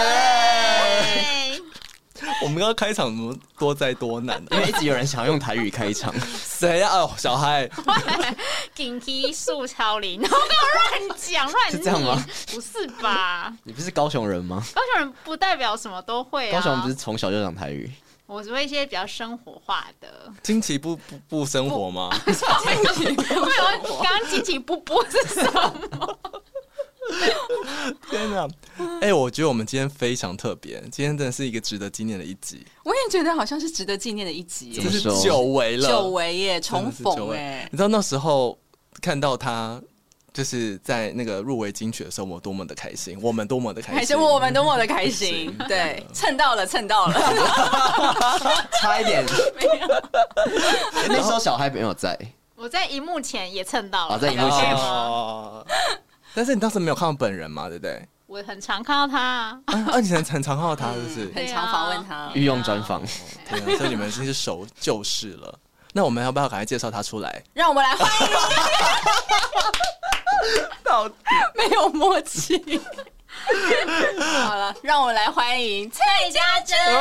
耶！ 对，我们刚刚开场怎么多灾多难啊 因为一直有人想要用台语开场，谁呀、啊？哦，小嗨，紧急速超龄，我没有乱讲乱是这样吗念？不是吧？你不是高雄人吗？ 高雄人不代表什么都会啊，高雄人不是从小就讲台语，我只会一些比较生活化 的。惊奇不不不生活吗？我想说刚刚惊奇不不是什么？天哪！嗯哎、我觉得我们今天非常特别，今天真的是一个值得纪念的一集，我也觉得好像是值得纪念的一集、怎这么是说久违了，久违耶，真重的是久逢违哎，你知道那时候看到他。就是在那个入围金曲的时候，我多么的开心，我们多么的开心，还是我们多么的开 心，对，蹭到了，蹭到了，差一点。那时候小孩没有在，我在荧幕前也蹭到了，哦在荧幕前有吗哦。啊 但是你当时没有看到本人嘛，对不对？我很常看到他啊，啊，啊你很很常看到他，是不 是？很常访问他。御用专访。天啊，所以你们已经是熟旧识了。那我们要不要赶快介绍他出来？让我们来欢迎， 到底没有默契。好了，让我们来欢迎蔡家珍。哦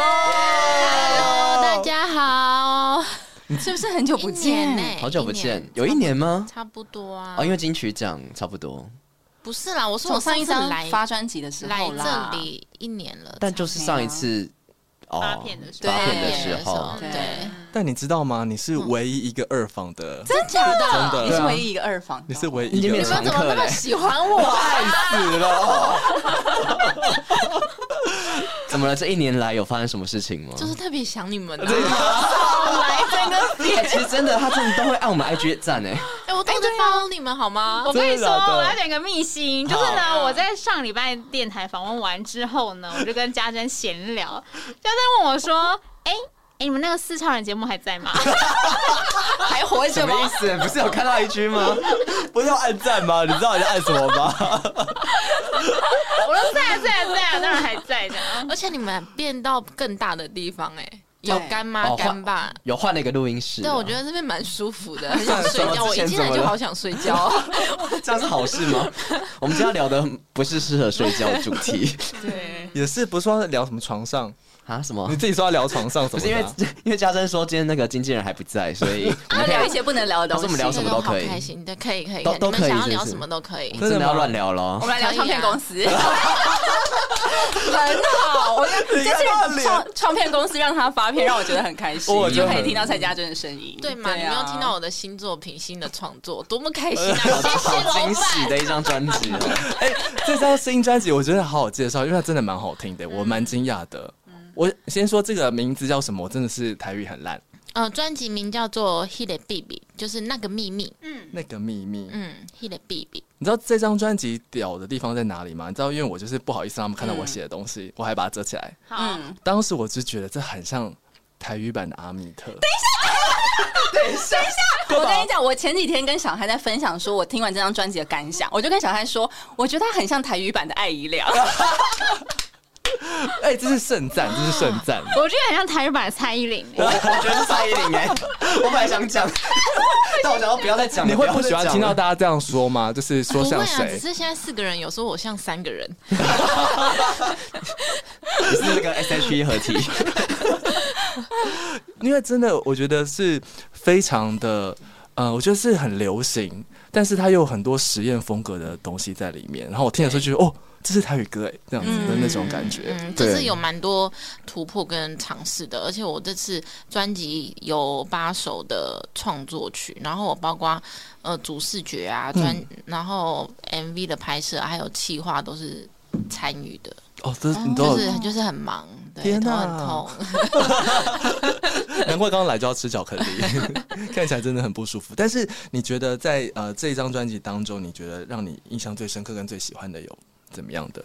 Hello，大家好，是不是很久不见一年呢、好久不见一年，有一年吗？哎差不多啊，哦，因为金曲奖差不多，不是啦，我说从我上一次张来发专辑的时来候啦，这里一年了，但就是上一次哦，八片的时候八差不片多的一年时候，对对，但你知道吗？你是唯一一个二房的，嗯真假的？真的你是唯一一个二房的，你是唯一你已一经个变你常们怎么客那么嘞，喜欢我 啊？死了。怎么了？这一年来有发生什么事情吗？就是特别想你们、啊。哎其实真的，他真的都会按我们 IG 赞哎，哎、我都去帮你们好吗我？跟你真说，的假的我要讲一个秘辛，就是呢，我在上礼拜电台访问完之后呢，我就跟家珍闲聊，家珍问我说：“哎、哎、你们那个四超人节目还在吗？ 还活什着么意吗？思？不是有看到 IG 吗？不是要按赞吗？你知道你在按什么吗？我说在啊在啊在啊，当然还在的。而且你们变到更大的地方、哎，有干妈哦干爸。有换了一个录音室啊，对，我觉得这边蛮舒服 的，很想睡觉。我我之一前进来怎么就了好想睡觉。 得 这样是好事 吗？我们今天要聊的不是适合睡觉的主 题对，也是，不是说要聊什么床上，啊，什么哦你？自己说要聊床上什不么是因为的。啊 因为嘉珍说今天那个经纪人还不在，所以 我要们可聊一以些不能聊的他说我东们西。聊什么都可以哎好开心，对，可以可以，都可以都你们可以想是不要聊是嗯什么都可以我。们真的要乱聊我哦了。们来聊唱片公司，很好。我这是唱唱片公司让他发片，让我觉得很开心，我觉就得可以很听到蔡家珍的声音。对嘛？你没啊有听到我的新作品、新的创作，多么开心啊！ 好谢谢老惊喜板。的一张专辑哦， 哎、这张新专辑我觉得好好介绍，因为它真的蛮好听的，我蛮惊讶的。我先说这个名字叫什么，我真的是台语很烂。呃，专辑名叫做《He 的 Baby》，就是那个秘密。那个秘密，嗯，《He 的 Baby 你知道这张专辑屌的地方在哪里吗？你知道，因为我就是不好意思让他们看到我写的东西，我还把它遮起来。好，嗯，当时我就觉得这很像台语版的阿密特，我跟你讲，我前几天跟小嗨在分享，说我听完这张专辑的感想，我就跟小嗨说，我觉得他很像台语版的艾怡良，哎、这是盛赞，这是盛赞。我觉得很像台语版的蔡依林、我我觉得是蔡依林哎，我本来想 讲，但我想要不要再讲了，你会要不再喜欢讲听到了大家这样说吗？就是》。说不会像啊，只谁？是现在四个人，有时候我像三个人。你是那 个 S H E 合体，因为真的，我觉得是非常的，呃，我觉得是很流行，但是它又有很多实验风格的东西在里面。然后我听的时候就觉得，哦，这是台语歌哎，这样子的那种感觉。嗯，就是有蛮多突破跟尝试的，而且我这次专辑有八首的创作曲，然后我包括呃主视觉啊，嗯专、然后 MV 的拍摄，还有企划都是参与的，哦，这你都有 就是就是很忙，对，天头哪很痛。难怪刚刚来就要吃巧克力，看起来真的很不舒服。但是你觉得在呃这一张专辑当中，你觉得让你印象最深刻跟最喜欢的有怎么样的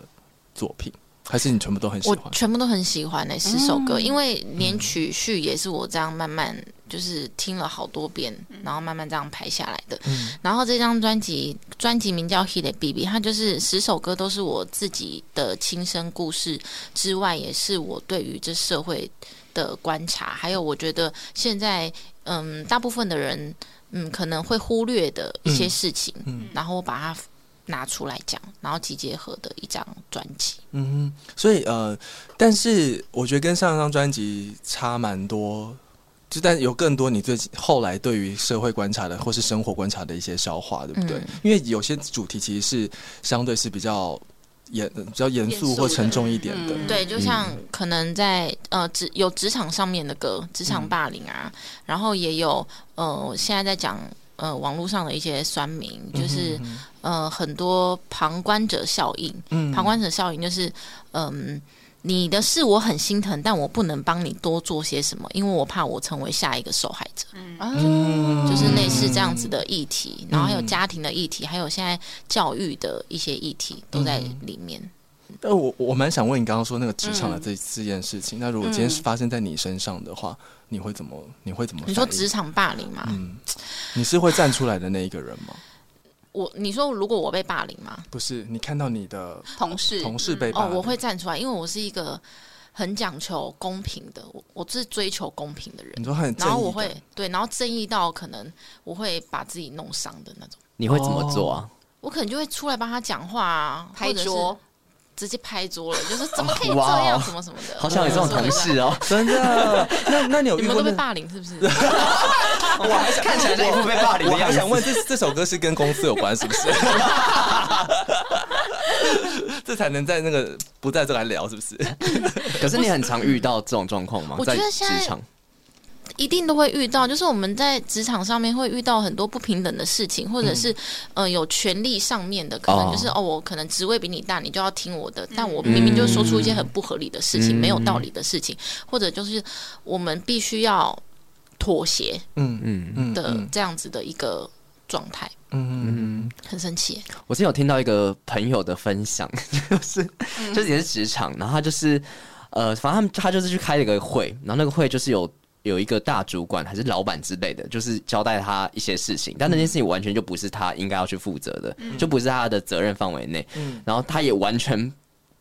作品？还是你全部都很喜我欢？全部都很喜欢那、十首歌，因为连曲序也是我这样慢慢就是听了好多遍，然后慢慢这样排下来的。嗯然后这张专辑，专辑名叫《Hit It Baby》，它就是十首歌都是我自己的亲身故事之外，也是我对于这社会的观察，还有我觉得现在嗯，大部分的人嗯可能会忽略的一些事情，然后我把它拿出来讲，然后集结合的一张专辑。嗯哼，所以呃，但是我觉得跟上一张专辑差蛮多，就但有更多你最后来对于社会观察的或是生活观察的一些消化，对不对？嗯因为有些主题其实是相对是比较严、呃比较严严肃肃的或沉重一点的。嗯对，就像可能在呃职有职场上面的歌，职场霸凌啊，然后也有呃现在在讲呃网络上的一些酸民，就是、呃很多旁观者效应。嗯旁观者效应就是嗯。你的事我很心疼，但我不能帮你多做些什么，因为我怕我成为下一个受害者。就是类似这样子的议题，然后还有家庭的议题，还有现在教育的一些议题都在里面。但我我蛮想问你刚刚说那个职场嗯的这四件事情，那如果今天是发生在你身上的话，你会怎么？你会怎么反应？你说职场霸凌吗？你是会站出来的那一个人吗？我你说如果我被霸凌吗？不是，你看到你的 同事，同事被霸哦，凌我会站出来，因为我是一个很讲求公平的，我我是追求公平的人你。说很正义的，然后我会对，然后正义到可能我会把自己弄伤的那种，你会怎么做哦啊？我可能就会出来帮他讲话啊，拍或者是桌直接拍桌了，就是怎么可以这哇样，哦什么什么的。好想有这种同事哦，啊真的？那那你有你遇们过都那被霸凌是不是？ 我还是看起来像一副被霸凌的我还样子想。问，这这首歌是跟公司有关是不是？这才能在那个不在这来聊是不是？可是你很常遇到这种状况吗？我觉在得职现在场，一定都会遇到，就是我们在职场上面会遇到很多不平等的事情，或者是、呃有权利上面的，可能就是哦我可能职位比你大，你就要听我的，但我明明就说出一些很不合理的事情、嗯没有道理的事情，或者就是我们必须要妥协嗯嗯嗯的嗯这样子的一个状态，嗯嗯，很生气。我之前有听到一个朋友的分享， 就是就是也是职场，然后他就是呃，反正他们他就是去开了一个会，然后那个会就是有。有一个大主管还是老板之类的，就是交代他一些事情，但那件事情完全就不是他应该要去负责的，就不是他的责任范围内。然后他也完全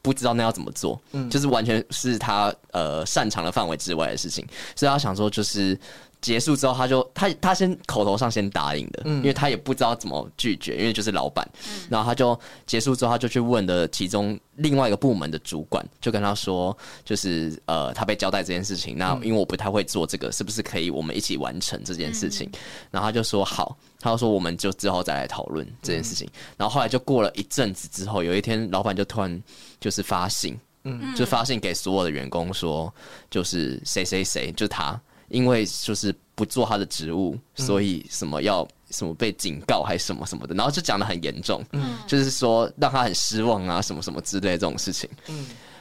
不知道那要怎么做，就是完全是他呃擅长的范围之外的事情，所以他想说就是。结束之后，他就他他先口头上先答应的，因为他也不知道怎么拒绝，因为就是老板。然后他就结束之后，他就去问了其中另外一个部门的主管，就跟他说，就是呃，他被交代这件事情，那因为我不太会做这个，是不是可以我们一起完成这件事情？然后他就说好，他就说我们就之后再来讨论这件事情。然后后来就过了一阵子之后，有一天老板就突然就是发信，嗯，就发信给所有的员工说，就是谁谁谁，就他，因为就是不做他的职务，所以什么要什么被警告还是什么什么的，然后就讲的很严重，嗯，就是说让他很失望啊，什么什么之类的这种事情，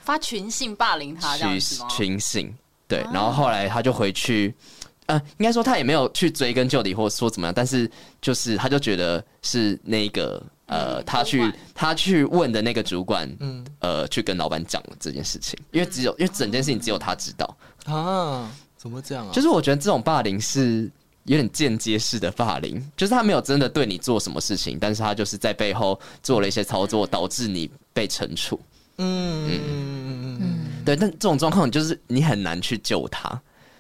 发群性霸凌他这样去子吗？啊群信，对，然后后来他就回去。呃，应该说他也没有去追根究底或说怎么样，但是就是他就觉得是那个呃，他嗯主去管他去问的那个主管，呃，去跟老板讲了这件事情，因为只有因为整件事情只有他知道，嗯啊，怎么会这样啊？就是我觉得这种霸凌是有点间接式的霸凌，就是他没有真的对你做什么事情，但是他就是在背后做了一些操作，导致你被惩处。嗯嗯嗯嗯对，但这种状况就是你很难去救他，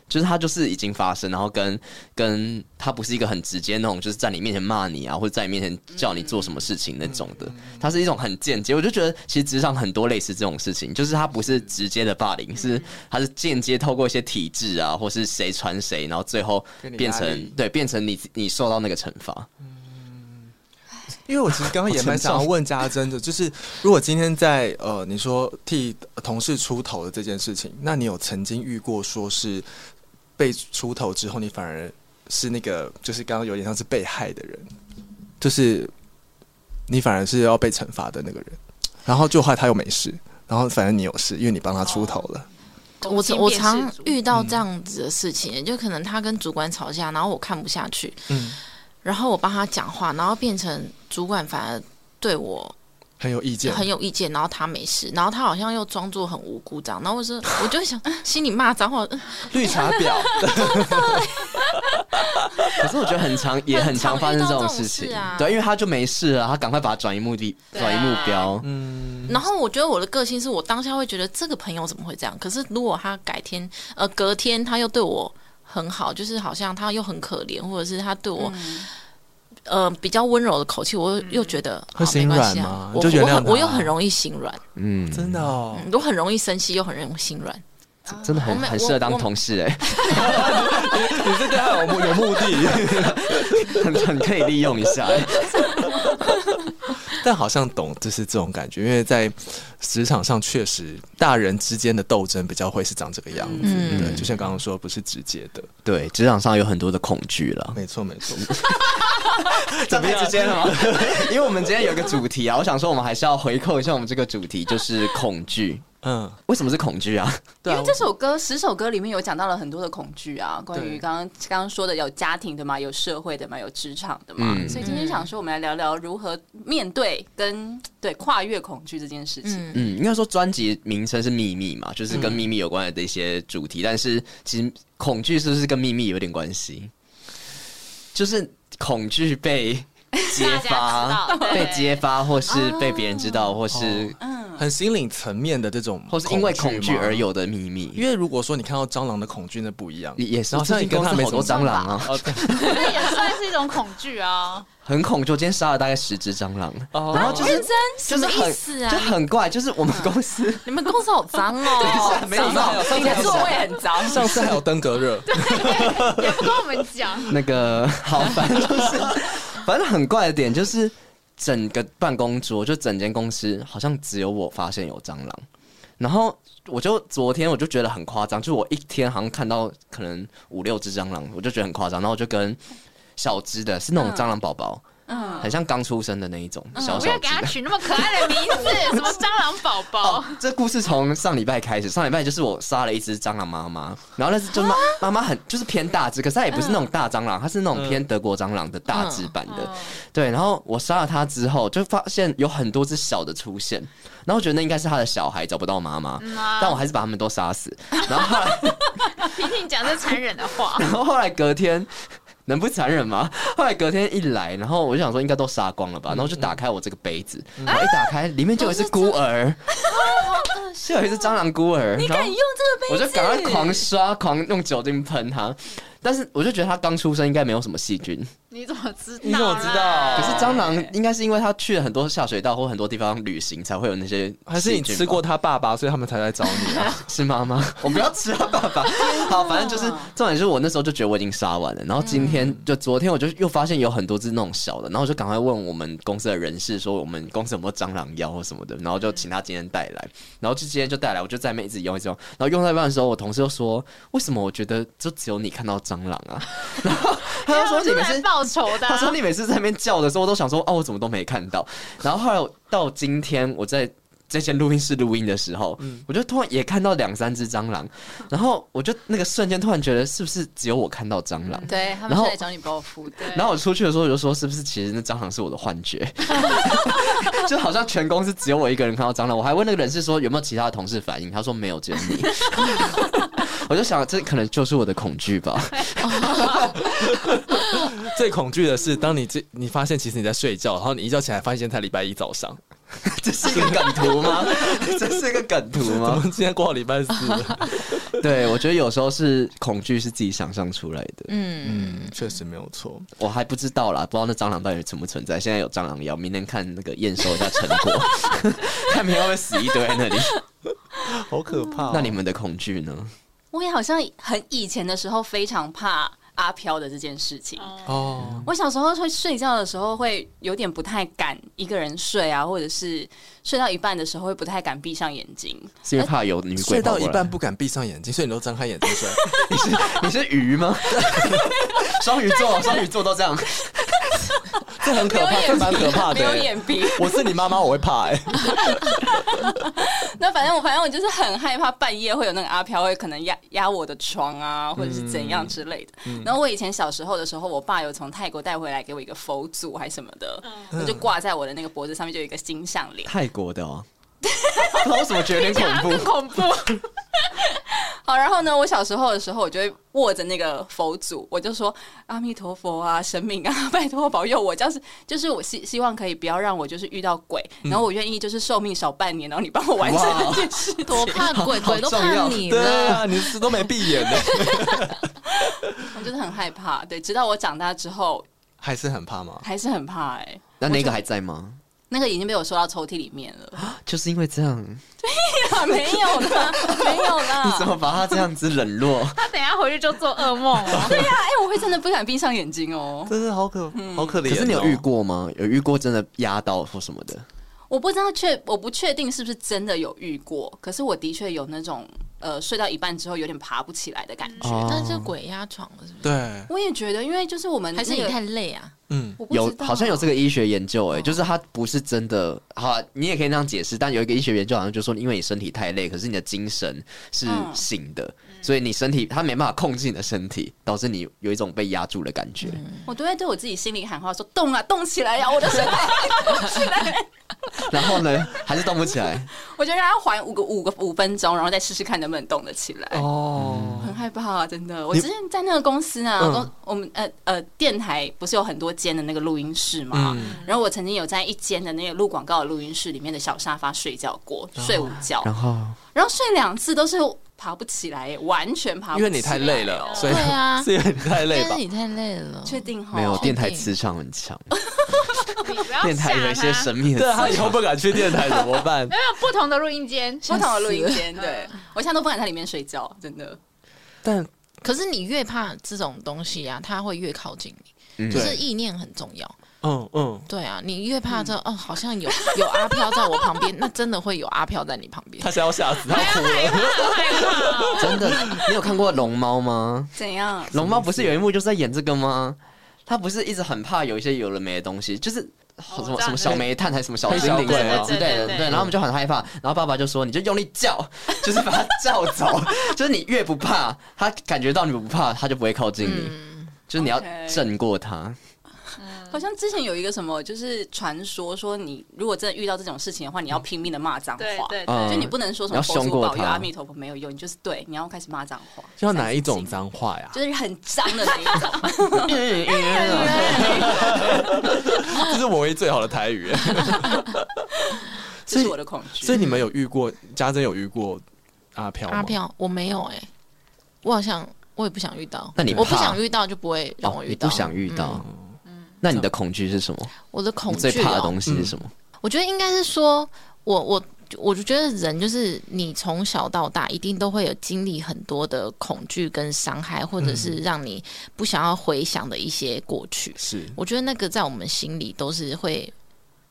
就是他就是已经发生，然后跟跟他不是一个很直接那种，就是在你面前骂你啊，或者在你面前叫你做什么事情那种嗯的，他是一种很间接。我就觉得其实职场很多类似这种事情，就是他不是直接的霸凌，嗯是他是间接透过一些体制啊，或是谁传谁，然后最后给你变压成力对变成你你受到那个惩罚。因为我其实刚刚也蛮想要问家珍的， 就是如果今天在呃你说替同事出头的这件事情，那你有曾经遇过说是被出头之后，你反而是那个就是刚刚有点像是被害的人，就是你反而是要被惩罚的那个人，然后就后来他又没事，然后反正你有事，因为你帮他出头了，我同性我恋常氏族遇到这样子的事情，就可能他跟主管吵架，然后我看不下去，嗯然后我帮他讲话，然后变成主管反而对我很有意见，很有意见，然后他没事，然后他好像又装作很无辜这样，然后我是 我就会想心里骂脏话，嗯绿茶婊， 可是我觉得很常，也很常发生这种事很常遇到这种情事啊，对，因为他就没事了，他赶快把它转移目的，对啊转移目标，嗯，然后我觉得我的个性是我当下会觉得这个朋友怎么会这样，可是如果他改天呃隔天他又对我很好，就是好像他又很可怜，或者是他对我、呃比较温柔的口气，我又又觉得会好没心关软系啊吗，我你就原我谅很他我又很容易心软，嗯，真的哦，嗯我很容易生气又很容易心软，真的很啊我没很适合我当我同事哎， 你是对他有目有目 的，很很可以利用一下欸，但好像懂就是这种感觉，因为在职场上确实大人之间的斗争比较会是长这个样子，嗯对，就像刚刚说不是直接的，对，职场上有很多的恐惧了。 没错没错，怎么之间了吗？ 因为我们今天有一个主题啊，我想说我们还是要回扣一下我们这个主题，就是恐惧。嗯，为什么是恐惧啊？对因啊为这首歌十首歌里面有讲到了很多的恐惧啊，关于刚刚刚刚说的有家庭的嘛，有社会的嘛，有职场的嘛，嗯所以今天想说我们来聊聊如何面对嗯跟对跨越恐惧这件事情。嗯，嗯，应该说专辑名称是《秘密》嘛，就是嗯跟秘密有关的一些主题，但是其实恐惧是不是跟秘密有点关系？就是恐惧被揭大家发知道，对被揭发，或是被别人知道，或 是哦哦嗯很心灵层面的这种，或是因为恐惧吗而。有的秘密。因为如果说你看到蟑螂的恐惧，那不一样，也也是，啊然后像最你近跟公他司没好多什么蟑螂啊，哦，这也算是一种恐惧啊。很恐惧。我今天杀了大概十只蟑螂，哦然后就是就是什么很意思啊就？很怪，就是我们公司你们公司好 脏啊哦！没有到 你的座位很糟， 上次还有登革 热，也不跟我们讲，那个好，反正就是反正很怪的点就是整个办公桌，就整间公司好像只有我发现有蟑螂，然后我就昨天我就觉得很夸张，就我一天好像看到可能五六只蟑螂，我就觉得很夸张，然后我就跟小只的是那种蟑螂宝宝，嗯很像刚出生的那一种 小不小嗯只要给他的。取那么可爱的名字，什么蟑螂宝 宝哦。，这故事从上礼拜开始，上礼拜就是我杀了一只蟑螂妈妈，然后那只就妈妈妈很就是偏大只，可是它也不是那种大蟑螂，它是那种偏德国蟑螂的大只版嗯的，哦对。然后我杀了它之后，就发现有很多只小的出现，然后我觉得那应该是它的小孩找不到妈妈，啊但我还是把他们都杀死。然后后来，，听听讲这残忍的话 然后后来隔天。 能不残忍吗？后来隔天一来，然后我就想说应该都杀光嗯了吧，然后就打开我这个杯子，啊然后一打开里面就有一只孤儿， 就有一只蟑螂孤儿，你你敢用这我个杯子？就赶快狂刷，狂用酒精喷它。但是我就觉得它刚出生应该没有什么细菌，你怎么知道？你怎么知？道？啊可是蟑螂哎应该是因为它去了很多下水道或很多地方旅行才会有那些细菌吧。还是你吃过他爸爸，所以他们才来找你啊？ 是妈妈？我不要吃它爸爸。好，反正就是重点是我那时候就觉得我已经杀完了，然后今天就昨天我就又发现有很多只那种小的，然后我就赶快问我们公司的人事说我们公司有没有蟑螂药或什么的，然后就请他今天带来，然后就今天就带来，我就在那边一直用一直用，然后用到一半的时候，我同事就说为什么我觉得就只有你看到蟑螂啊？ 然后他就说你是们来是报仇的啊。他说你每次在那边叫的时候，我都想说哦，我怎么都没看到。然后后来我到今天我在这间录音室录音的时候，我就突然也看到两三只蟑螂，然后我就那个瞬间突然觉得是不是只有我看到蟑螂？对他然们后是来找你报复的。然后我出去的时候，我就说是不是其实那蟑螂是我的幻觉， 就好像全公司只有我一个人看到蟑螂。我还问那个人事说有没有其他的同事反应，他说没有，只有你。 我就想这可能就是我的恐惧吧。最恐惧的是，当你这你发现其实你在睡觉，然后你一觉起来发现才礼拜一早上，这是一个梗图吗？ 这是一个梗图怎吗么？今天过到礼拜四 了？对，我觉得有时候是恐惧是自己想象出来的，嗯，嗯，确实没有错。我还不知道啦，不知道那蟑螂到底存不存在。现在有蟑螂药，明天看那个验收一下成果， 看明天会不会死一堆在那里。好可怕、那你们的恐惧呢？我也好像很以前的时候非常怕阿飘的这件事情。哦，我小时候会睡觉的时候会有点不太敢一个人睡啊，或者是睡到一半的时候会不太敢闭上眼睛。是因为怕有女鬼嗯睡跑到一过来半？不敢闭上眼睛，所 以你都睁开眼睛睡。你是你是鱼吗？双鱼座，双鱼座都这样。这很可怕，这蛮可怕的、欸没有眼皮。我是你妈妈，我会怕哎、 那反正我反正我就是很害怕半夜会有那个阿飘会可能压压我的床嗯啊，或者是怎样之类的。然后我以前小时候的时候，我爸有从泰国带回来给我一个佛祖还什么的，嗯我就挂在我的那个脖子上面，就有一个金项链。泰国的哦，我怎么觉得有点恐 怖？恐怖。好，然后呢，我小时候的时候，我就会握着那个佛祖，我就说阿弥陀佛啊，神明啊，拜托保佑我，就是就是我希希望可以不要让我就是遇到鬼，然后我愿意就是寿命少半年，然后你帮我完成 这件事。 多怕鬼，鬼都好哦重怕要你对了。啊，你是都没闭眼欸的，我就是很害怕，对，直到我长大之后还是很怕吗？还是很怕哎、那那个还在吗？那个已经被我收到抽屉里面 了，就是因为这样，你没有 啦，没有啦怎。么把他这样子冷落？他等一下回去就做噩梦哦。 对呀、哎、我会真的不敢闭上眼睛哦。真的好可好可怜、哦可是你有遇？过吗？有遇过真的压到或什么的？我不知道确，我不确定是不是真的有遇过，可是我的确有那种呃睡到一半之后有点爬不起来的感觉。哦但是鬼压床了，是不是？对，我也觉得，因为就是我们还是那你个太累啊？嗯，我不知有道好像有这个医学研究、欸，哎、就是它不是真的。好啊，你也可以那样解释，但有一个医学研究好像就说，因为你身体太累，可是你的精神是嗯醒的，所以你身体它没办法控制你的身体，导致你有一种被压住的感觉。我都会对我自己心里喊话说动啊，动起来呀、我的身体，然后呢，还是动不起来。我就让他缓五个五个五分钟，然后再试试看能不能动得起来。哦，很害怕、啊，真的。我之前在那个公司啊，嗯公我们呃呃电台不是有很多间的那个录音室嘛，嗯然后我曾经有在一间的那个录广告的录音室里面的小沙发睡觉过，睡午觉，哦然后然后睡两次都是爬不起来，完全爬不嗯起因来。为你太累了，所以对啊哦 是因为你太累但吧是？你太累了。确定哈？没有电台定磁场很强，你不要吓他。电台有一些神秘的 对啊，他磁以后场。不敢去电台怎么 办没？有不同的录音间，不同的录音间，对我现在都不敢在里面睡觉，真的。但可是你越怕这种东西啊，它会越靠近你。嗯就是意念很重要。嗯嗯，对啊，你越怕这、哦，好像有有阿飘在我旁边，那 真的会有阿飘在你旁边他。是要吓死，他哭了。真的，你有看过龙猫吗？怎样？龙猫不是有一幕就是在演这个吗？他不是一直很怕有一些有了没的东西，就是。我什知么道什么小煤炭还是什么小精灵对什么之类对对对的，对对，然后我们就很害怕，然后爸爸就说你就用力叫， 就是把它叫走， 就是你越不怕，他感觉到你不怕，他就不会靠近你，就是你要 OK 震过他，好像之前有一个什么，就是传说说，你如果真的遇到这种事情的话，你要拼命的骂脏话。对对对，嗯就你不能说什你么要佛凶祖过保佑他阿弥陀佛没有用，你就是对，你要开始骂脏话，要哪一种脏话呀？就是很脏的那 一种。 啊这是我唯一最好的台语。这是我的恐惧。 所以你们有遇过家珍有遇过阿飘吗？阿飘，我没有哎、我好像我也不想遇到。那你我不怕想遇到就不会让哦我，遇你到。不想遇到，嗯那你的恐惧是什么？我的恐你惧、最哦、怕的东西是什么？我觉得应该是说，我我我就觉得人就是你从小到大一定都会有经历很多的恐惧跟伤害，或者嗯是让你不想要回想的一些过去。是我觉得那个在我们心里都是会，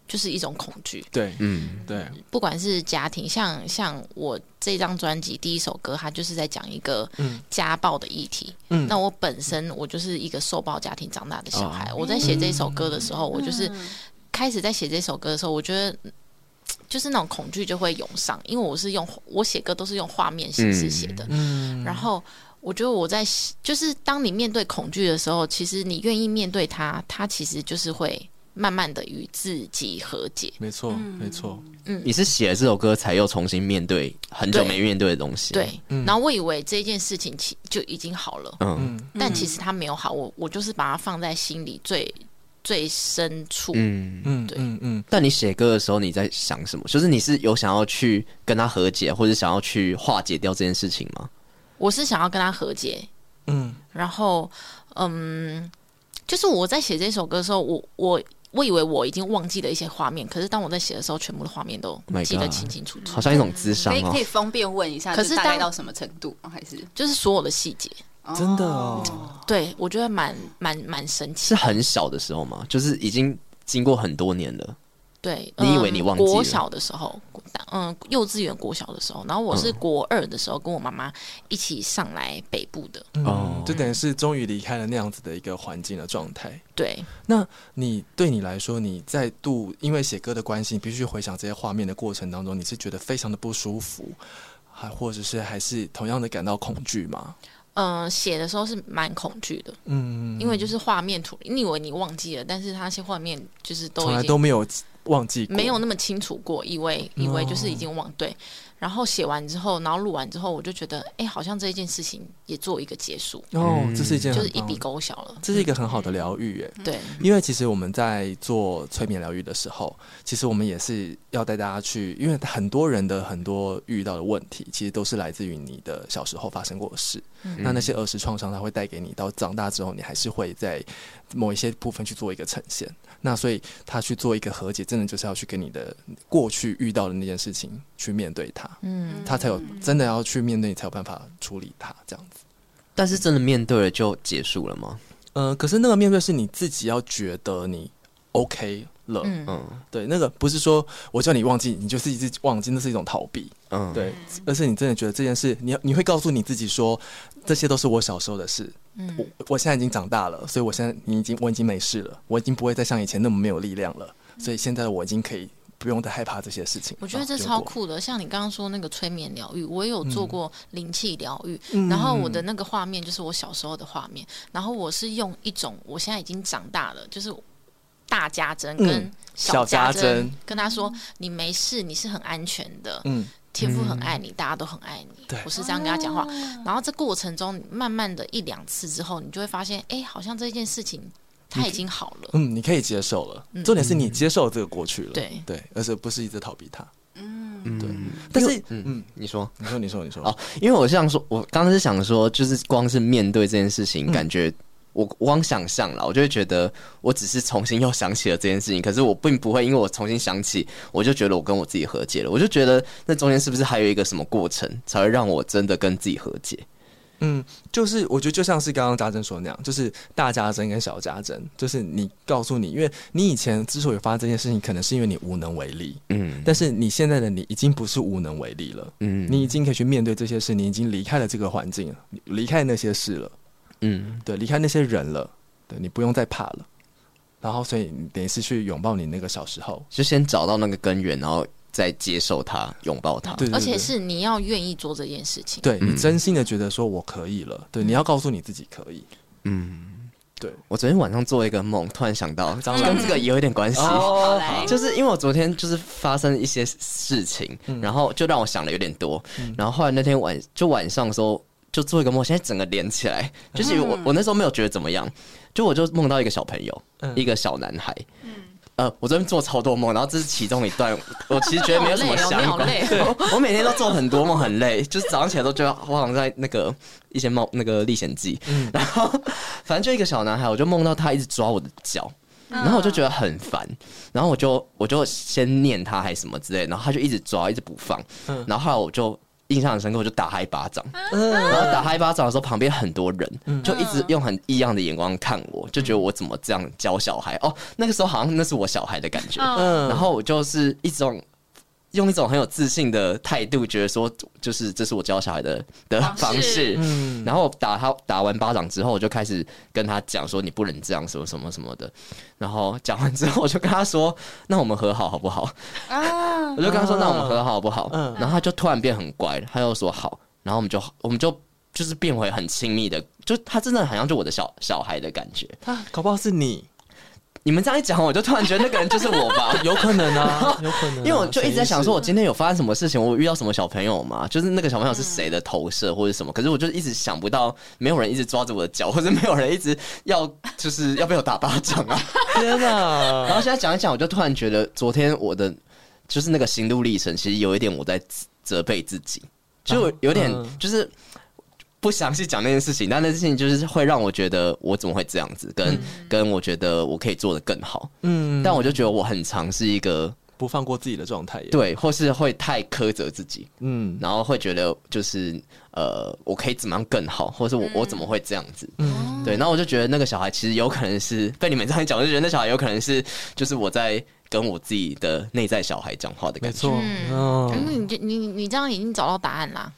就是一种恐惧。对嗯，对，不管是家庭，像像我这张专辑第一首歌，它就是在讲一个嗯家暴的议题。嗯那我本身我就是一个受暴家庭长大的小哦孩，我在写这首歌的时候，我就是开始在写这首歌的时候，我觉得。嗯就是那种恐惧就会涌上，因为我是用我写歌都是用画面形式写的，嗯然后我觉得我在写就是当你面对恐惧的时候，其实你愿意面对它，它其实就是会慢慢的与自己和解。没错没错，你是写了这首歌才又重新面对很久对没面对的东西，对，然后我以为这件事情其就已经好了，嗯，嗯但其实它没有好，我我就是把它放在心里最最深处。嗯嗯对嗯嗯，但你写歌的时候，你在想什么？就是你是有想要去跟他和解，或者想要去化解掉这件事情吗？我是想要跟他和解，嗯，然后嗯，就是我在写这首歌的时候，我我。我以为我已经忘记了一些画面，可是当我在写的时候，全部的画面都 Oh My 记得 God 清清楚楚好像一种智商嗯可以哦可以，方便问一下，可就是是大概当到什么程度吗？还是就是所有的细节。真的哦，对我觉得蛮蛮蛮神奇是。很小的时候吗？就是已经经过很多年了，对，你以为嗯你忘记国了小的时候，国大嗯，幼稚园、国小的时候，然后我是嗯国二的时候跟我妈妈一起上来北部的，嗯哦，就等于是终于离开了那样子的一个环境的状态。对，那你对你来说，你再度因为写歌的关系，你必须回想这些画面的过程当中，你是觉得非常的不舒服，还或者是还是同样的感到恐惧吗？嗯，写的时候是蛮恐惧的，嗯，因为就是画面图，你以为你忘记了，但是那些画面就是都从已来经都没有忘记过，哦没有那么清楚过，以为以为就是已经忘对，然后写完之后，然后录完之后，我就觉得，哎，好像这件事情也做一个结束，哦，嗯这是一件就很是一棒笔勾嗯销了，这是一个很好的疗愈耶。对，因为其实我们在做催眠疗愈的时候，其实我们也是要带大家去，因为很多人的很多遇到的问题，其实都是来自于你的小时候发生过的事。嗯嗯那那些儿时创伤，它会带给你到长大之后，你还是会在某一些部分去做一个呈现。那所以他去做一个和解，真的就是要去跟你的过去遇到的那件事情去面对它，嗯，他才有真的要去面对，你才有办法处理它这样子。但是真的面对了就结束了吗？呃，可是那个面对是你自己要觉得你 OK 了，嗯嗯对，那个不是说我叫你忘记，你就是一直忘记，那是一种逃避，嗯，对，而是你真的觉得这件事，你要你会告诉你自己说，这些都是我小时候的事，嗯我我现在已经长大了，所以我现在你已经我已经没事了，我已经不会再像以前那么没有力量了，所以现在我已经可以不用再害怕这些事情。嗯我觉得啊这就超过酷的，像你刚刚说那个催眠疗愈，我也有做过灵气疗愈。嗯然后我的那个画面就是我小时候的画面，然后我是用一种我现在已经长大了，就是大家针跟嗯小小家家针针，跟他说你没事，你是很安全的，嗯，天父很爱你，大家都很爱你对。我是这样跟他讲话，然后这过程中慢慢的一两次之后，你就会发现，哎，好像这件事情它已经好了。嗯，你可以接受了，重点是你接受这个过去了，对对，而且不是一直逃避它。嗯对但是嗯嗯，你说。你说，你说，你说，哦，因为我想说，我刚刚是想说，就是光是面对这件事情，感觉我我光想象了，我就会觉得我只是重新又想起了这件事情，可是我并不会因为我重新想起，我就觉得我跟我自己和解了，我就觉得那中间是不是还有一个什么过程，才会让我真的跟自己和解？嗯，就是我觉得就像是刚刚家珍说的那样，就是大家珍跟小家珍，就是你告诉你，因为你以前之所以发生这件事情，可能是因为你无能为力，嗯但是你现在的你已经不是无能为力了，嗯你已经可以去面对这些事，你已经离开了这个环境了，你离开那些事了，嗯对，离开那些人了，对你不用再怕了，然后所以你等于是去拥抱你那个小时候，就先找到那个根源，然后再接受它，拥抱它。对，对而且对是你要愿意做这件事情，对你真心的觉得说我可以了，对，你要告诉你自己可以，嗯，对，我昨天晚上做了一个梦，突然想到，蟑跟这个也有一点关系。嗯哦好来，就是因为我昨天就是发生一些事情，然后就让我想的有点多，然后后来那天晚就晚上的时候就做一个梦，现在整个连起来，就是嗯我、我那时候没有觉得怎么样，就我就梦到一个小朋友，一个小男孩，嗯呃，我昨天做超多梦，然后这是其中一段，我其实觉得没有什么好累哦相关你好，我每天都做很多梦，很累，就是早上起来都觉得我好像在那个一些梦那个历险记，然后反正就一个小男孩，我就梦到他一直抓我的脚。嗯然后我就觉得很烦，然后我就我就先念他还是什么之类，然后他就一直抓，一直不放，然后后来我就印象很深刻，我就打他一巴掌，然嗯后打他一巴掌的时候，旁边很多人就一直用很异样的眼光看嗯我，就觉得我怎么这样教小孩？哦，那个时候好像那是我小孩的感觉，嗯，嗯然后我就是一种。用一种很有自信的态度，觉得说就是这是我教小孩的的方方式式，嗯然后打他打完巴掌之后，我就开始跟他讲说你不能这样什么什么什么的。然后讲完之后，我就跟他说：“那我们和好好不好？” 我就跟他说：“那我们和好好不好？”嗯然后他就突然变很乖，他又说好，然后我们就我们就就是变回很亲密的，就他真的好像就我的小小孩的感觉。他搞不好是你，你们这样一讲，我就突然觉得那个人就是我吧。有可能 啊，有可能啊、嗯因为我就一直在想，说潜意识我今天有发生什么事情，我遇到什么小朋友嘛？就是那个小朋友是谁的嗯投射或者什么？可是我就一直想不到，没有人一直抓着我的脚，或者没有人一直要就是要被我打巴掌 啊。天啊哪、然 后现在讲一讲，我就突然觉得昨天我的就是那个心路历程，其实有一点我在自责备自己，就我有点嗯就是不详细讲那件事情，但那件事情就是会让我觉得我怎么会这样子，跟跟我觉得我可以做得更好，嗯，但我就觉得我很尝是一个。不放过自己的状态耶。，对，或是会太苛责自己，嗯然后会觉得就是呃，我可以怎么样更好，或者是我、我怎么会这样子？嗯对，然后我就觉得那个小孩其实有可能是被你们这样一讲，我就觉得那小孩有可能是就是我在跟我自己的内在小孩讲话的没感觉。错，嗯。嗯，你就你你这样已经找到答案啦！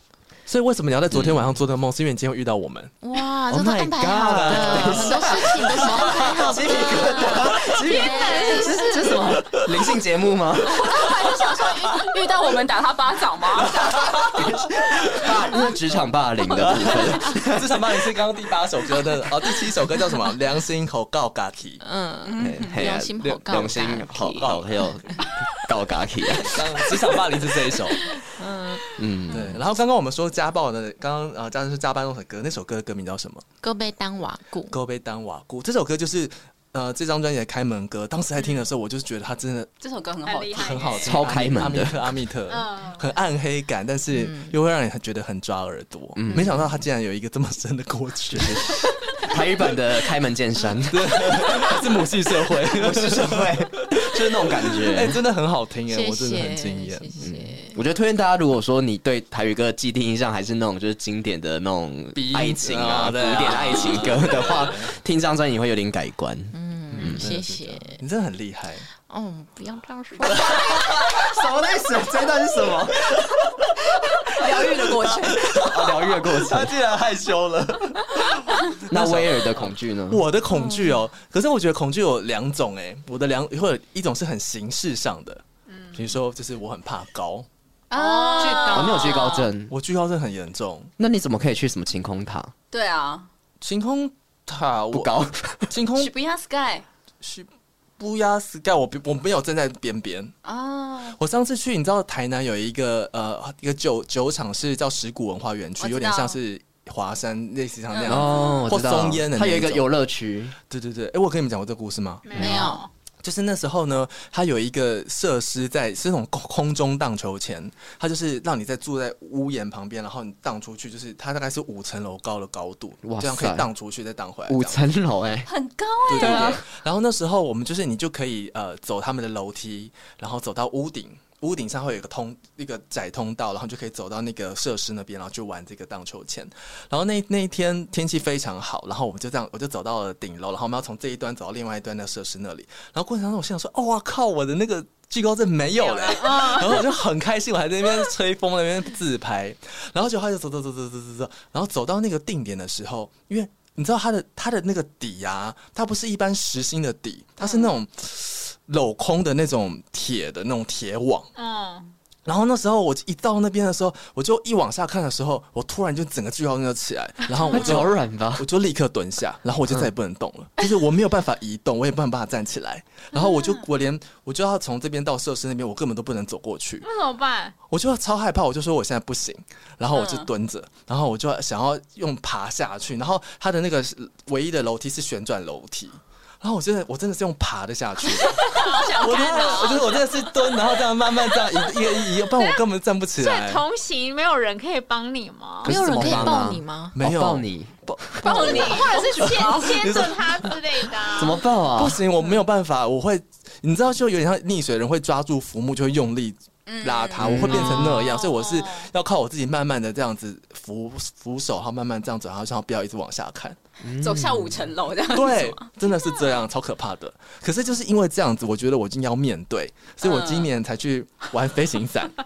所以为什么你要在昨天晚上做这个梦？是因为你今天会遇到我们。哇， Oh 这都 my 安排好 God，的，等一很多事情都是安排好鸡皮疙的。瘩，鸡皮天这是这是什么 灵性节目吗？ 遇到我们打他巴掌吗？ 霸这是职场霸凌的部分。至少帮你是刚刚第八首 歌的哦，第七首歌叫什么？良心口告嘎提，嗯，嘿嘿啊良心好告良心好告，还有告嘎 k 啊，刚职场霸凌是这一首。嗯，对，然后刚刚我们说家暴的，刚刚呃，加上是加班那首歌，那首歌的歌名叫什嗯么？哥被当瓦固 《勾杯当瓦固》这首歌就是呃这张专辑的开门歌。当时在听的时候，我就是觉得它真的这首歌很很好厉听，害，很好听，超开门的阿密特，阿嗯密特，很暗黑感，但是又会让你觉得很抓耳朵。没想到他竟然有一个这么深的过去，台语版的开门见 山，是母系社 会。不是社会，就是那种感 哎、觉。真的很好听哎，谢我真的谢，很惊艳。谢谢。我觉得推荐大家，如果说你对台语歌的既定印象还是那种就是经典的那种鼻音爱情啊、啊古对啊典爱情歌的 话，听这张专辑会有点改观。嗯，谢谢。你真的很厉害，哦，不要这样说。什么意思？ 这段是什么？疗愈的过程。哦疗愈的过程。竟然害羞了。 那威尔的恐惧呢？我的恐惧哦，嗯可是我觉得恐惧有两种哎、我的两或者一种是很形式上的，嗯比如说就是我很怕高，啊巨哦，高你有惧高症，我惧高症很严重，那你怎么可以去什么晴空塔？ 对啊，晴空塔我不，高，晴空许不亚 Sky 是不压死盖，我不我没有站在边边。啊，我上次去，你知道台南有一个呃一个酒酒厂是叫石鼓文化园我区，知道嗯有点像是华山类似像那样。哦，我知道或松烟的那它一种有一个游乐区，对对对，哎、我跟你们讲过这个故事吗？没有，就是那时候呢，它有一个设施在是那种空空中荡秋千，它就是让你在住在屋檐旁边，然后你荡出去，就是它大概是五层楼高的高度，哇塞这样可以荡出去再荡回来。五这样层楼哎，很高对对哎，对。然后那时候我们就是你就可以呃走他们的楼梯，然后走到屋顶，屋顶上会有一个通一个窄通道，然后就可以走到那个设施那边，然后就玩这个荡秋千。然后那那一天天气非常好，然后我们就这样我就走到了顶楼，然后我们要从这一端走到另外一端的设施那里。然后过程当中我心想说，哦哇靠，我的那个。惧高症没有嘞，嗯 然后我就很开心，我还在那边吹风，那边自拍，然后就他就走走走走走走走，然后走到那个定点的时候，因为你知道它的它的那个底啊，它不是一般实心的底，它是那种镂空的那种铁的那种铁网。嗯，然后那时候我一到那边的时候，我就一往下看的时候，我突然就整个巨高症就起来，然后我那 就脚软吧我？就立刻蹲下，然后我就再也不能动了，就是我没有办法移动，我也没有办法站起来，然后我嗯就我连我就要从这边到设施那边，我根本都不能走过去，那怎么办？我就超害怕，我就说我现在不行，然后我嗯就蹲着，然后我就想要用爬下去，然后它的那个唯一的楼梯是旋转楼梯，然后我真的我真的是用爬的下 去的，我真的哦我就是我真的是蹲，然后这样慢慢这样一一个一个，不然我根本站不起所来以。同行没有人可以帮你吗？可没是有怎人么可以办啊抱你吗？没有哦抱你抱你，或者是牵牵着他之类的啊。 怎么抱不啊？行，我没有办法，我会，你知道，就有点像溺水人会抓住浮木，就会用力嗯拉它，我会变成那样，哦所以我是要靠我自己慢慢的这样子扶扶手，然后慢慢这样走，然后然后不要一直往下 看。走下五层楼这样。对，真的是这样，超可怕的。可是就是因为这样子，我觉得我已经要面对，所以我今年才去玩飞 行伞，哦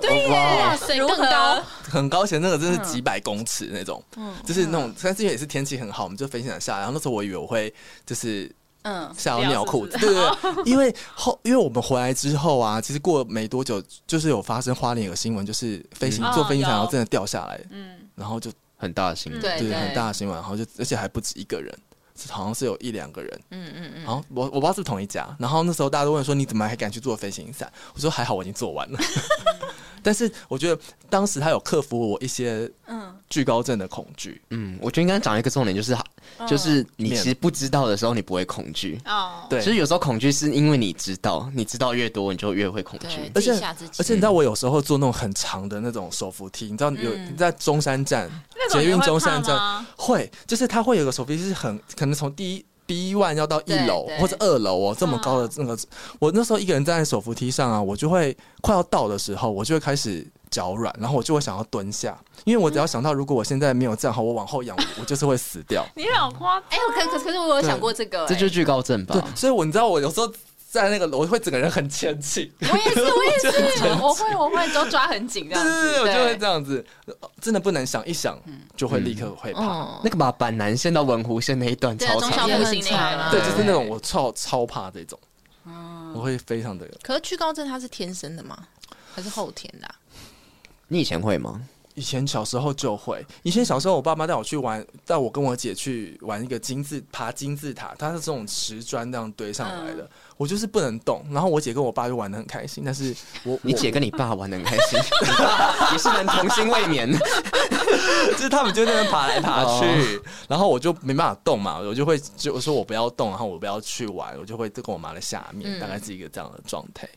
对耶，水如更何高，很高，而且那个真是几百公尺那种，嗯就是那种。但是因为也是天气很好，我们就飞行伞下来。然后那时候我以为我会就是嗯，吓到尿裤子，不对对对， 因为后因为我们回来之后啊，其实过没多久，就是有发生花莲有个新闻，就是飞行、嗯坐飞行伞哦有然后真的掉下来，嗯，然后就很大的心理，对对很大的新闻，然后就而且还不止一个人，是好像是有一两个人，嗯嗯嗯，然后我我不知道是不是同一家，然后那时候大家都问说你怎么还敢去做飞行伞？我说还好我已经做完了，但是我觉得当时他有克服我一些嗯惧高症的恐惧，嗯，我觉得应该讲一个重点，就是就是你其实不知道的时候，你不会恐惧。哦，对其实有时候恐惧是因为你知道，你知道越多，你就越会恐惧对，。而自且己吓自己，而且你知道嗯我有时候坐那种很长的那种手扶梯，你知道有、你在中山站那种捷你运会中山怕站吗会，就是它会有个手扶梯是很可能从第一。B one 要到一对楼对或者二楼哦，这么高的那个，我那时候一个人站在手扶梯上啊，我就会快要到的时候，我就会开始脚软，然后我就会想要蹲下，因为我只要想到如果我现在没有站好，我往后仰，我我就是会死掉。你老夸哎哎，我可可可是我有想过这个，这就是惧高症吧 嗯对？，所以我你知道我有时候在那个楼会整个人很前倾，我也是，我也是，我我会我会都抓很紧这对样对子，对，我就会这样子，真的不能想，一想就会立刻会怕。嗯，那个吧，板南线到文湖线那一段对啊超中长小的，也步很行那长个啊对，就是那种我超超怕这种，我会非常的。可是惧高症它是天生的吗？还是后天的啊、你以前会吗？以前小时候就会，以前小时候我爸妈带我去玩，带我跟我姐去玩一个金字爬金字塔，它是这种石砖这样堆上来的，我就是不能动。然后我姐跟我爸就玩的很开心，但是我你我姐跟你爸玩的很开心， 你爸也是能童心未泯。就是他们就在那边爬来爬去哦， 然后我就没办法动嘛，我就会就我说我不要动，然后我不要去玩，我就会跟我妈在下面，大概是一个这样的状态。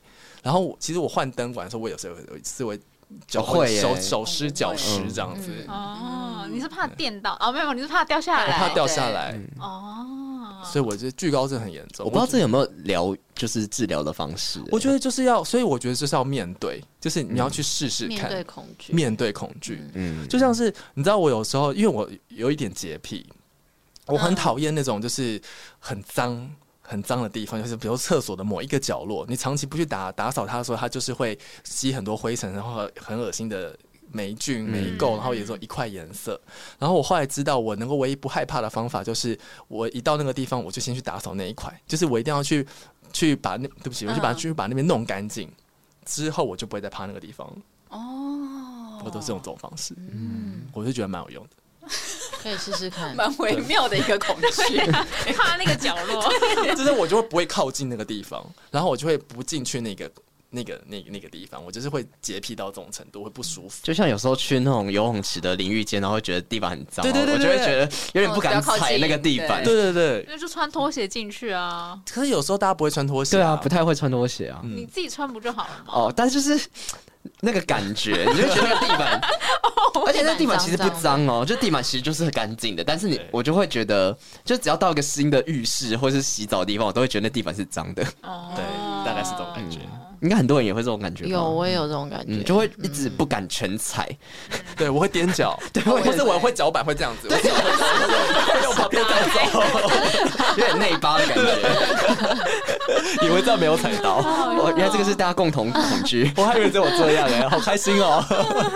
然后我其实我换灯管的时候，我有时候会是会脚哦会耶手手湿脚湿这样子，嗯哦，你是怕电到哦？没有，你是怕掉下我来。怕掉下来，哦，所以我就惧高症很严嗯重。我不知道这有没有疗，就是治疗的方式、我觉得就是要，所以我觉得就是要面对，就是你要去试试面看，对恐惧，面对恐惧。嗯，就像是你知道，我有时候因为我有一点洁癖，我很讨厌那种就是很脏。很脏的地方，就是比如厕所的某一个角落，你长期不去打打扫它的时候，它就是会吸很多灰尘，然后很恶心的霉菌、霉垢，然后也有一块颜色。然后我后来知道，我能够唯一不害怕的方法，就是我一到那个地方，我就先去打扫那一块，就是我一定要去去把那对不起，我去把、去把那边弄干净，之后我就不会再怕那个地方了。哦，我都是用这种方式，嗯，我就觉得蛮有用的。 可以试试 看。蛮微妙的一个恐惧，怕那个角落。就是我就会不会靠近那个地方，然后我就会不进去那个那个那个那个地方，我就是会洁癖到这种程度，会不舒服。就像有时候去那种游泳池的淋浴间，然后会觉得地板很脏，对对对我就会对觉得有点哦不敢不要靠踩近那个地板。对对对，那就穿拖鞋进去啊，可是有时候大家不会穿拖鞋、对啊，不太会穿拖鞋啊。嗯你自己穿不就好了吗？哦，但是就是那个感觉， 你就觉得那个地板，哦而且那地板其实不脏哦，就地板其实就是很干净的，但是你对我就会觉得，就只要到一个新的浴室或是洗澡的地方，我都会觉得那地板是脏的。哦，对， 大概是这种感觉。应该很多人也会这种感觉吧。嗯有，我也有这种感觉，嗯，就会一直不敢全 踩。对，我会踮脚，对，我也或者我会脚板会这样子，我脚板会用旁边这样有点内八的感觉。走，以为这样没有踩 到，我哦原来这个是大家共同恐惧。 我还以为只有我这样哎、好开心哦。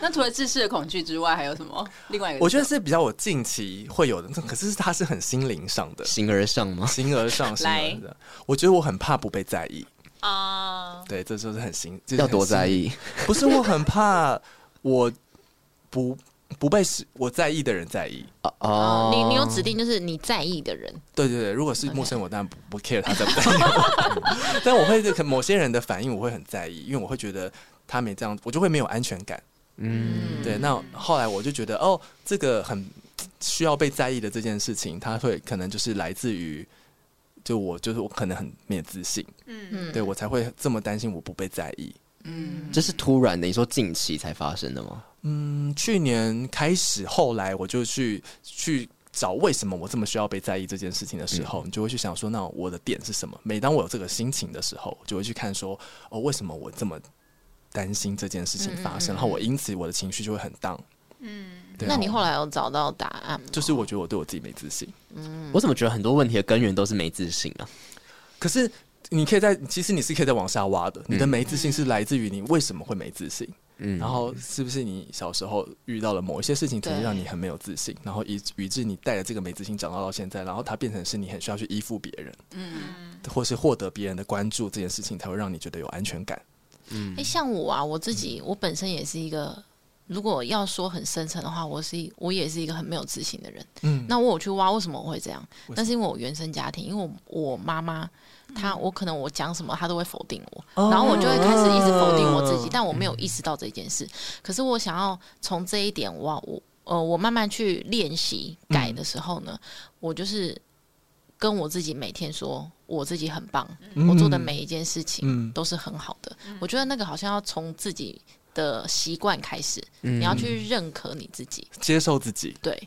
那除了自视的恐惧之外，还有什么？另外一个，我觉得是比较我近期会有的，可是它是很心灵上的， 形而上吗？形而上，形来而上。我觉得我很怕不被在意，啊，对，这就是很心，就是要很多心在意，不是我很怕我不不被是我在意的人在意。哦哦，你你有指定就是你在意的人，对对对，如果是陌生人，我当然不不 care 他在不在意我，但我会可某些人的反应我会很在意，因为我会觉得他没这样，我就会没有安全感。嗯，对，那后来我就觉得哦，这个很需要被在意的这件事情，它会可能就是来自于。就我就是我可能很没有自信，嗯，嗯，对我才会这么担心我不被在意。嗯，这是突然的，你说近期才发生的吗？嗯，去年开始，后来我就去去找为什么我这么需要被在意这件事情的时候，你就会去想说，那我的点是什么？每当我有这个心情的时候，我就会去看说，哦，为什么我这么担心这件事情发生？然后我因此我的情绪就会很 down。嗯，那你后来有找到答案吗？就是我觉得我对我自己没自信，嗯我怎么觉得很多问题的根源都是没自信啊？可是。你可以在，其实你是可以再往下挖的。你嗯的没自信是来自于你为什么会没自信，嗯，然后是不是你小时候遇到了某一些事情，曾经让你很没有自信，然后以以致你带着这个没自信长大到现在，然后它变成是你很需要去依附别人，嗯，或是获得别人的关注这件事情，才会让你觉得有安全感。嗯哎、像我啊，我自己我本身也是一个，如果要说很深层的话，我是一我也是一个很没有自信的人。嗯，那我有去挖为什么我会这样什么，嗯那是因为我原生家庭，因为我我妈妈她，我可能我讲什么她都会否定我，哦嗯然后我就会开始一直否定我自己，但我没有意识到这件事。可是我想要从这一点哇，我呃，我慢慢去练习嗯改的时候呢，我就是跟我自己每天说我自己很棒，我做的每一件事情。嗯，都是很好的。我觉得那个好像要从自己的习惯开始，你嗯嗯要去认可你自己。接受自己，对，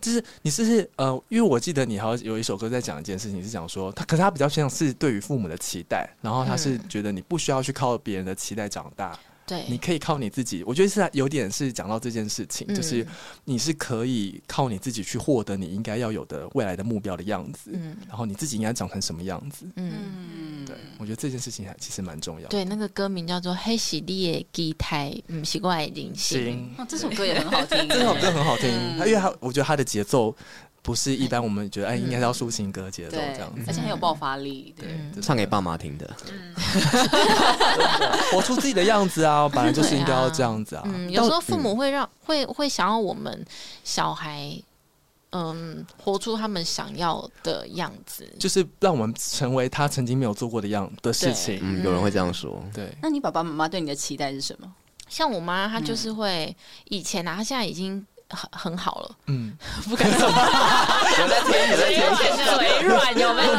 就是你是不是呃，因为我记得你好像有一首歌在讲一件事情，是讲说他，可是他比较像是对于父母的期待，然后他是觉得你不需要去靠别人的期待长大，对，你可以靠你自己。我觉得是有点是讲到这件事情，嗯就是你是可以靠你自己去获得你应该要有的未来的目标的样子，嗯然后你自己应该长成什么样子。嗯，嗯，对，我觉得这件事情还其实蛮重要的。对，那个歌名叫做《黑喜利的吉台》，嗯，奇怪零星，行，哦，这首歌也很好听，这首歌很好听，嗯它因为它我觉得它的节奏不是一般我们觉得哎应该是要抒情歌节奏对嗯这样，而子。且很有爆发力，对对，真的嗯唱给爸妈听的。嗯活出自己的样子啊，本来就是应该要这样子啊。嗯，有时候父母会让会会想要我们小孩，嗯，活出他们想要的样子。就是让我们成为他曾经没有做过的样的事情。嗯，有人会这样说。对，那你爸爸妈妈对你的期待是什么？像我妈，她嗯就是会、以前啊，她现在已经很很好了，嗯，不敢说。嘴软嘴软有没有？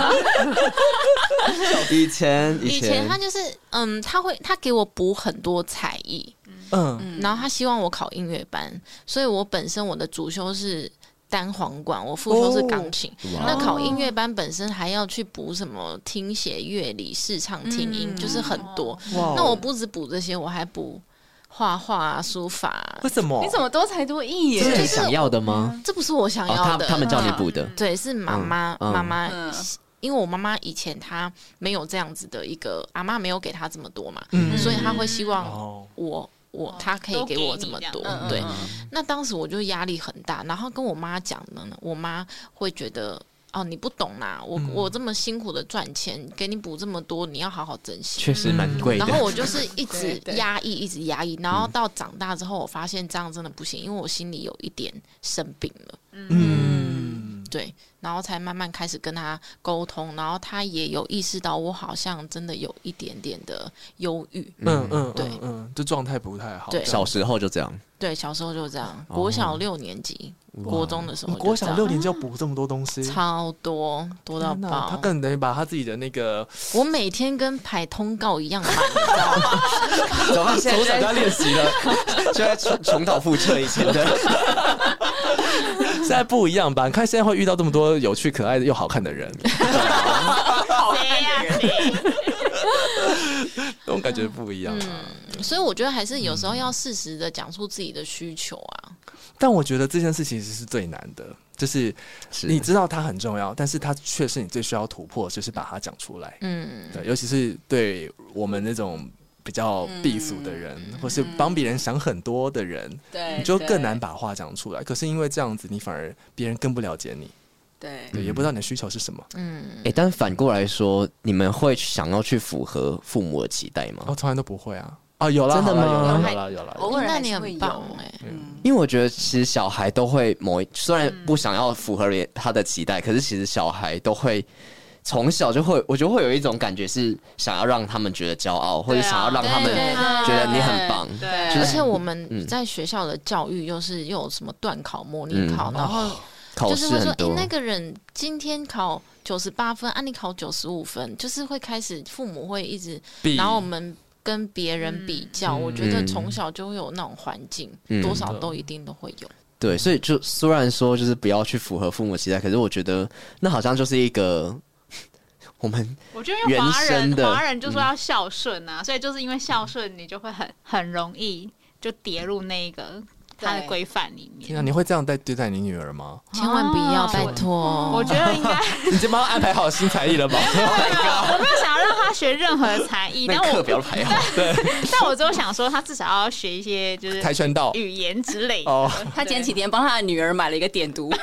以前以前她就是嗯，她会她给我补很多才艺，嗯，嗯然后她希望我考音乐班，所以我本身我的主修是单簧管，我副修是钢琴。哦哇那考音乐班本身还要去补什么听写、乐理、视唱、听音，嗯就是很多。哦哇那我不止补这些，我还补画画、啊、书法啊、为什么？你怎么多才多艺这是耶？你想要的吗？这不是我嗯想哦，要他的。他们叫你补的，对，是妈妈，嗯嗯妈妈、嗯因为我妈妈以前她没有这样子的一个，阿妈没有给她这么多嘛，嗯所以她会希望哦，我。我哦她可以都给给我你这么这样多，嗯对、嗯那当时我就压力很大，然后跟我妈讲的呢，我妈会觉得哦，你不懂啦、我、嗯我这么辛苦的赚钱，给你补这么多，你要好好珍惜。确实蛮贵的嗯然。后我就是一直对对压抑，一直压抑，然后到长大之后，我发现这样真的不行，因为我心里有一点生病了，嗯嗯，对，然后才慢慢开始跟她沟通，然后她也有意识到我好像真的有一点点的忧郁，嗯嗯，对嗯嗯，这状态不太好。对小时候就这样，对，小时候就这样，国小六年级，国 中的时候你就国这小样六年就要补这么多东西，超多多到天哪爆，他更等于把他自己的那 个我每天跟排通告一样满， 你知道早吗？上从小就要练习了， 就在重重蹈覆辙以前 的。现在不一样吧？你看现在会遇到这么多有趣、可爱的又好看的 人，谁呀啊谁？那种感觉不一样啊。所以我觉得还是有时候嗯要适时的讲出自己的需求啊。但我觉得这件事情其实是最难的，就是是你知道它很重要，但是它却是你最需要突破，就是把它讲出来。嗯，对，尤其是对我们那种比较避俗的人，或是帮别人想很多的人，对，你就对更难把话讲出来。可是因为这样子，你反而别人更不了解你，对对，也不知道你的需求是什么。嗯哎，但反过来说，你们会想要去符合父母的期待吗我？从来都不会啊。啊，有啦，真的好啦有啦吗有啦，有啦。有啦偶尔那还你是会很有嗯棒哎、因为我觉得其实小孩都会某一，虽然不想要符合人他的期待，可是其实小孩都会从小就会，我觉得会有一种感觉是想要让他们觉得骄傲，或者想要让他们对对对觉得你很棒。对，而且我嗯们在学校的教育又是又有什么段考、模拟考，嗯然后考就是试会说，很哎、多，那个人今天考九十八分，啊，你考九十五分，就是会开始父母会一直比嗯然后我们跟别人比较，嗯我觉得从小就会有那种环境，嗯多少都一定都会有。对，所以就虽然说就是不要去符合父母期待，可是我觉得那好像就是一个我们 我觉得因为华原生人的华人就说要孝顺嗯啊，所以就是因为孝顺，你就会很很容易就跌入那一个他的对规范里天啊，面。你会这样对对待你女儿吗？千万不要，拜托！我觉得 应该，你这帮她安排好新 才艺了吗？Oh 我没有想要让他学任何才艺，那但课我表排 好，但我只有想说，他至少要学一些就是 跆拳道语言之类的。哦，他前几天帮他的女儿买了一个点读笔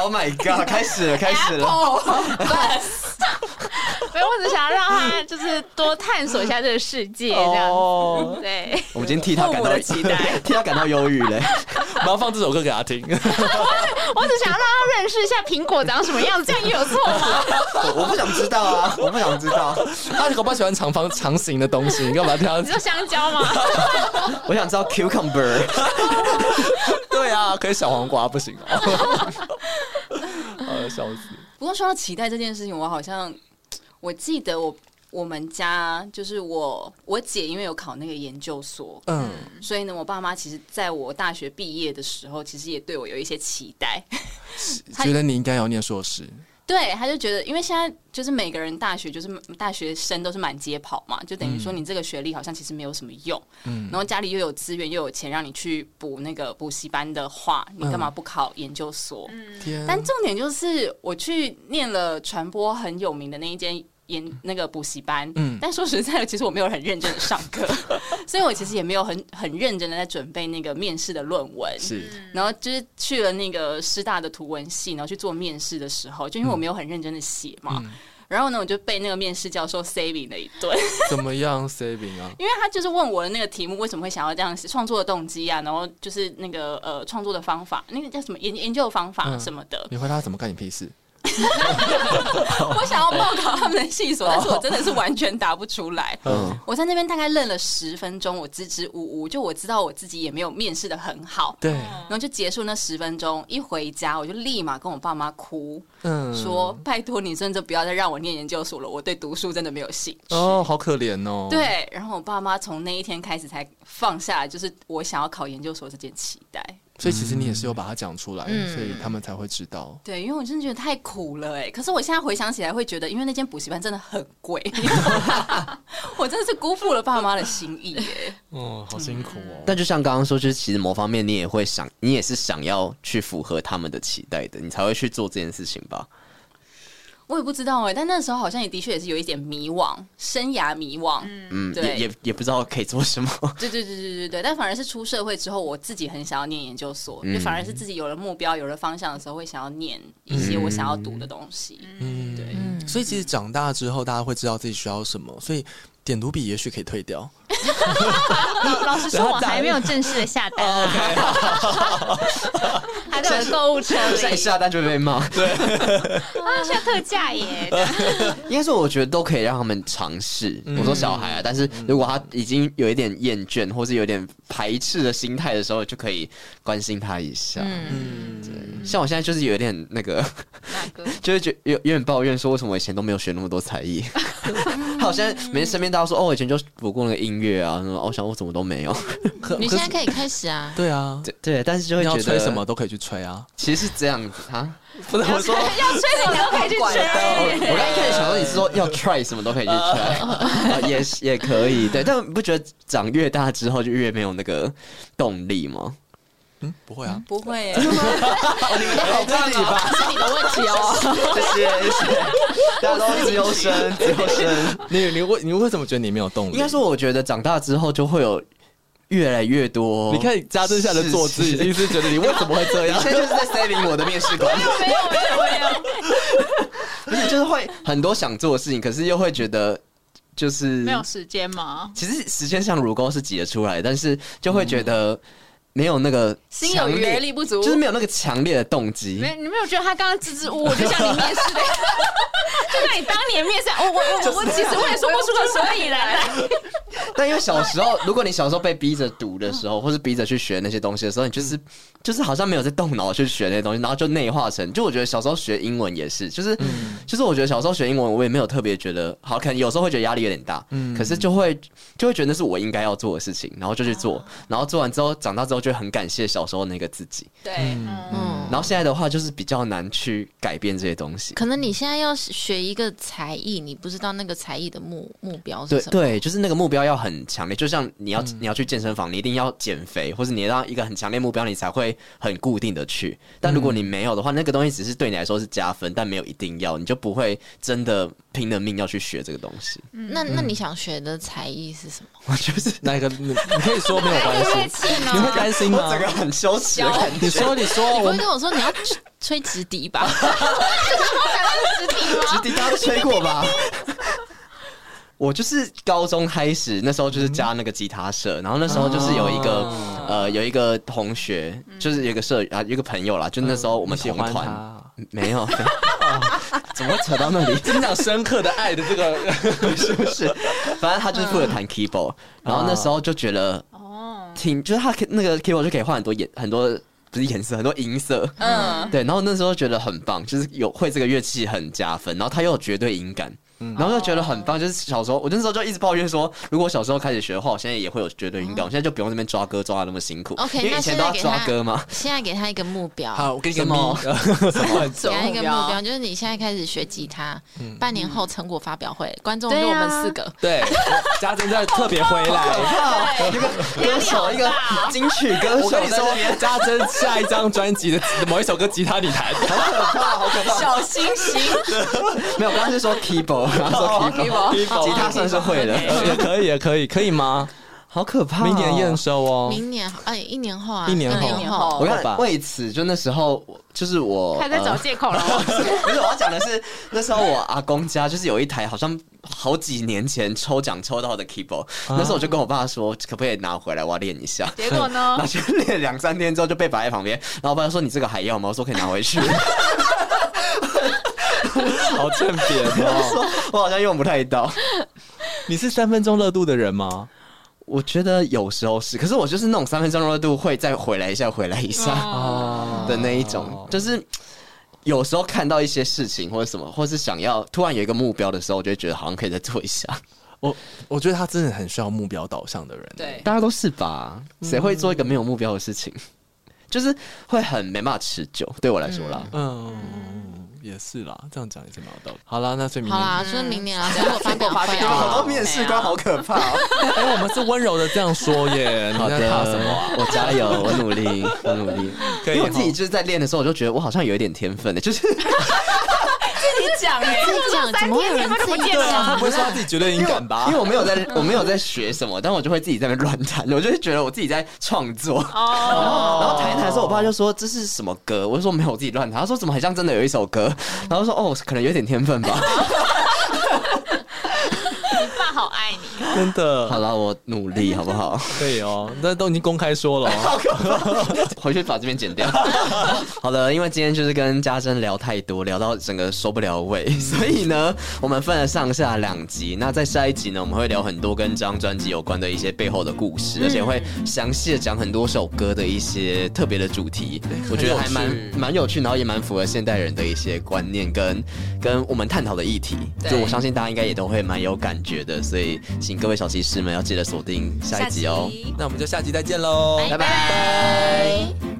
Oh my god！开始了，开始了。 哦，没有，我只想要让他就是多探索一下这个世界，这样子。哦，对，我们今天替他感父母到的期待 替他感到忧郁嘞。然后放这首歌给她听。 我只想要让他认识一下苹果长什么样子，这样也有错吗？我我不想知道啊，我不想知道。她搞不好喜欢长方长形的东西，你干嘛听她你说香蕉吗？ 我想知道 cucumber。对啊，可以小黄瓜不行哦。 呃，笑死！ 不过说到期待这件事情，我好像我记得我我们家就是我我姐，因为有考那个研究所，嗯，所以呢，我爸妈其实在我大学毕业的时候，其实也对我有一些期待。觉得你应该要念硕士，对，他就觉得，因为现在就是每个人大学就是大学生都是满街跑嘛，就等于说你这个学历好像其实没有什么用。嗯，然后家里又有资源又有钱让你去补那个补习班的话，你干嘛不考研究所？天，但重点就是我去念了传播很有名的那一间。研那个补习班，嗯但说实在的，其实我没有很认真的上课，所以我其实也没有很很认真的在准备那个面试的论文。是然后就是去了那个师大的图文系，然后去做面试的时候，就因为我没有很认真的写嘛，嗯然后呢，我就被那个面试教授 saving 了一 顿，怎么样 saving 啊？因为他就是问我的那个题目为什么会想要这样写创作的动机啊，然后就是那个呃创作的方法，那个叫什么研研究方法嗯什么的，你回答怎么干你屁事？哦我想要报考他们的系所，但是我真的是完全答不出来。哦嗯 我在那边大概愣了十分钟，我支支吾吾，就我知道我自己也没有面试的很好，对，然后就结束那十分钟，一回家我就立马跟我爸妈哭，嗯，说拜托你真的不要再让我念研究所了，我对读书真的没有兴趣。哦，好可怜哦。，对，然后我爸妈从那一天开始才放下来，就是我想要考研究所这件期待。所以其实你也是有把它讲出来，嗯所以他们才会知道。对，因为我真的觉得太苦了哎、可是我现在回想起来，会觉得因为那间补习班真的很贵， 我真的是辜负了爸妈的心意哎、哦，好辛苦哦。但就像刚刚说，就是其实某方面你也会想，你也是想要去符合他们的期待的，你才会去做这件事情吧？我也不知道哎、但那时候好像也的确也是有一点迷惘，生涯迷惘。嗯，对也也也不知道可以做什么。对对对对对对，但反而是出社会之后，我自己很想要念研究所，就反而是自己有了目标、有了方向的时候，会想要念一些我想要读的东西。 嗯，对。所以其实长大之后，大家会知道自己需要什么，所以点读笔也许可以退掉。 老老实说，我还没有正式的下 单啊，还在我的购物车再里。下单就会被骂。对，啊，现在特价耶！应该说我觉得都可以让他们尝试。嗯我说小孩啊，但是如果他已经有一点厌倦或是有点排斥的心态的时候，就可以关心他一下。嗯，像我现在就是有点那个，哪个？ 就是觉有有点抱怨说，为什么我以前都没有学那么多才艺？好像每天身边大家说，哦，我以前就补过那个音乐啊，什么，哦我想我怎么都没有。可你可是现在可以开始啊。对啊，对对，但是就会你觉要得吹什么，都可以去吹啊。其实是这样子啊。不是我说， 要吹什么都可以去吹。我刚刚一开始想到你是说要 try 什么都可以去 try，、啊、也是也可以，对，但你不觉得长越大之后就越没有那个动力吗？嗯，不会啊。不会、好棒啊！哎是你的问题哦。 谢谢谢谢，大家都自由 身，自由身。你你为你为什么觉得你没有动力？应该说，我觉得长大之后就会有越来越多。你看家政下的坐姿，已经是觉得你为什么会这你样？现在就是在 saving 我的面试官，没有没有没有，而且就是会很多想做的事情，可是又会觉得就是没有时间吗？其实时间上如钩是挤得出来，但是就会觉得没有那个嗯心有强余烈而力不足就是没有那个强烈的动机没。有，你没有觉得他刚刚支支吾吾，就像你面试的， 就像你当年面试，哦我我我我其实我也说不出个所以然来。但因为小时候，如果你小时候被逼着读的 时候，或是逼着去学那些东西的时候，你就是就是好像没有在动脑去学那些东西，然后就内化成。就我觉得小时候学英文也是，就是、嗯就是我觉得小时候学英文，我也没有特别觉得好，可能有时候会觉得压力有点大，嗯可是就会就会觉得那是我应该要做的事情，然后就去啊做，然后做完之后，长大之后就会很感谢小时候那个自己。对，嗯，然后现在的话，就是比较难去改变这些东西。可能你现在要学一个才艺，你不知道那个才艺的目目标是对什么。对，就是那个目标要很强烈，就像你要、你要去健身房，你一定要减肥，或者你要一个很强烈目标，你才会很固定的去。但如果你没有的话，那个东西只是对你来说是加分，但没有一定要，你就不会真的拼了命要去学这个东西。那那你想学的才艺是什么？我就是 哪一个？你你可以说没有关乐 器系，你会呢？担心我吗整？个很羞 耻的感觉。你说你说，你不哦我会跟我说你要吹吹直笛 吧？直笛大家都吹过 吧？我就是高中开始，那时候就是加那个吉他社，然后那时候就是有一个、哦呃有一个同学，就是有一个社啊有一个朋友啦，就那时候我们你喜同欢团，他，没有， 怎么会扯到那 里？真的深刻的爱的这个，是不是？反正他就是负嗯责弹 keyboard，然后那时候就觉得哦，挺，就是他可以那个 keyboard 就可以换很多颜，很多不是颜色，很多银色。嗯，对，然后那时候觉得很棒，就是有会这个乐器很加分，然后他又有绝对音感，然后就觉得很棒。就是小时候，我那时候就一直抱怨说，如果我小时候开始学的话，我现在也会有绝对运动，我现在就不用那边抓歌抓的那么辛苦。哦 OK，因为那以前现都在要给抓他歌嘛。现在给他一个目 标，好，我给你个什么咪什么给他一目个目标标，就是你现在开始学吉他，嗯半年后成果发表会，观众就对啊我们四个，对，家珍在特别回来。一个歌手，一个 金曲歌我手跟在你那说，边，家珍下一张专辑的某一首歌吉他你弹，好可怕，好可怕。小星星，没有，我刚刚是说 keyboard，然后说哦 keyboard，吉他算是会了，呃也可以，也可以，可以吗？好可怕哦。明年验收哦。明年哎一年后啊，一年后二一年后我好吧看为此就那时候我就是我他在找呃借口了。哦 不是，我要讲的是那时候我阿公家就是有一台好像好几年前抽奖抽到的 keyboard，、那时候我就跟我爸说，可不可以拿回来，我要练一下。结果呢拿？去练两三天之后就被摆在旁边，然后我爸就说：“你这个还要吗？”我说：“可以拿回去。”好正点我 哦。说：“我好像用不太到。你是三分钟热度的人吗？”我觉得有时候是，可是我就是那种三分钟热度会再回来一下，回来一下哦的那一种，就是有时候看到一些事情或者什么，或是想要突然有一个目标的时候，我就会觉得好像可以再做一下。我我觉得他真的很需要目标导向的人。对，大家都是吧？嗯谁会做一个没有目标的事情？就是会很没办法持久，对我来说啦。嗯，也是啦，这样讲也是蛮有道理。好啦，那所以明好天，啦，就是明年嗯啊，成果发表成果发会表啊会 好多面试官好可怕、哦。哎、我们是温柔的这样说耶， 好你在的，怕什么啊？我加油，我努力，我努力。可因以为我自己哈就是在练的时候，我就觉得我好像有一点天分的，就是自己讲哎，自己讲，怎么会有人自己对啊，他讲不？会说他自己绝对因敏为我感吧因为？我没有在，我没有在学什么，但我就会自己在那边乱弹，我就会觉得我自己在创作。哦，然后弹一弹的时候，我爸就说这是什么歌？我就说没有，我自己乱弹。他说怎么很像真的有一首歌？然后说哦，可能有点天分 吧。爸好爱你，真的好了，我努力好不好？可以哦，那都已经公开说了、哦。回去把这边剪掉。 好的，因为今天就是跟家珍聊太多，聊到整个收不了尾， 所以呢，我们分了上下两集。那在下一集呢，我们会聊很多跟这张专辑有关的一些背后的故事，而且会详细的讲很多首歌的一些特别的主题。我觉得还蛮很有趣蛮有趣，然后也蛮符合现代人的一些观念跟跟我们探讨的议题。对就我相信大家应该也都会蛮有感觉的，所以请各位小骑士们要记得锁定下一集哦。那我们就下期再见喽，拜拜